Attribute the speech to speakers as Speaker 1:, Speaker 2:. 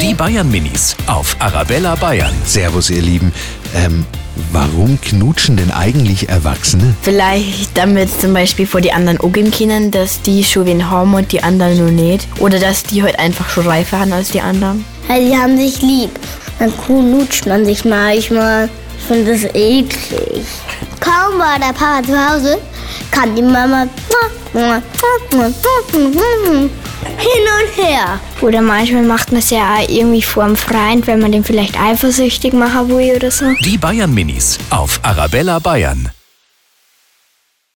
Speaker 1: Die Bayern Minis auf Arabella Bayern.
Speaker 2: Servus, ihr Lieben. Ähm, warum knutschen denn eigentlich Erwachsene?
Speaker 3: Vielleicht damit zum Beispiel vor die anderen umgehen können, dass die schon wen haben und die anderen nur nicht. Oder dass die heute einfach schon reifer haben als die anderen.
Speaker 4: Also die haben sich lieb. Dann knutscht man sich manchmal. Ich finde das eklig. Kaum war der Papa zu Hause, kann die Mama hin und her.
Speaker 5: Oder manchmal macht man es ja auch irgendwie vor dem Freund, wenn man den vielleicht eifersüchtig machen will oder so.
Speaker 1: Die Bayern Minis auf Arabella Bayern.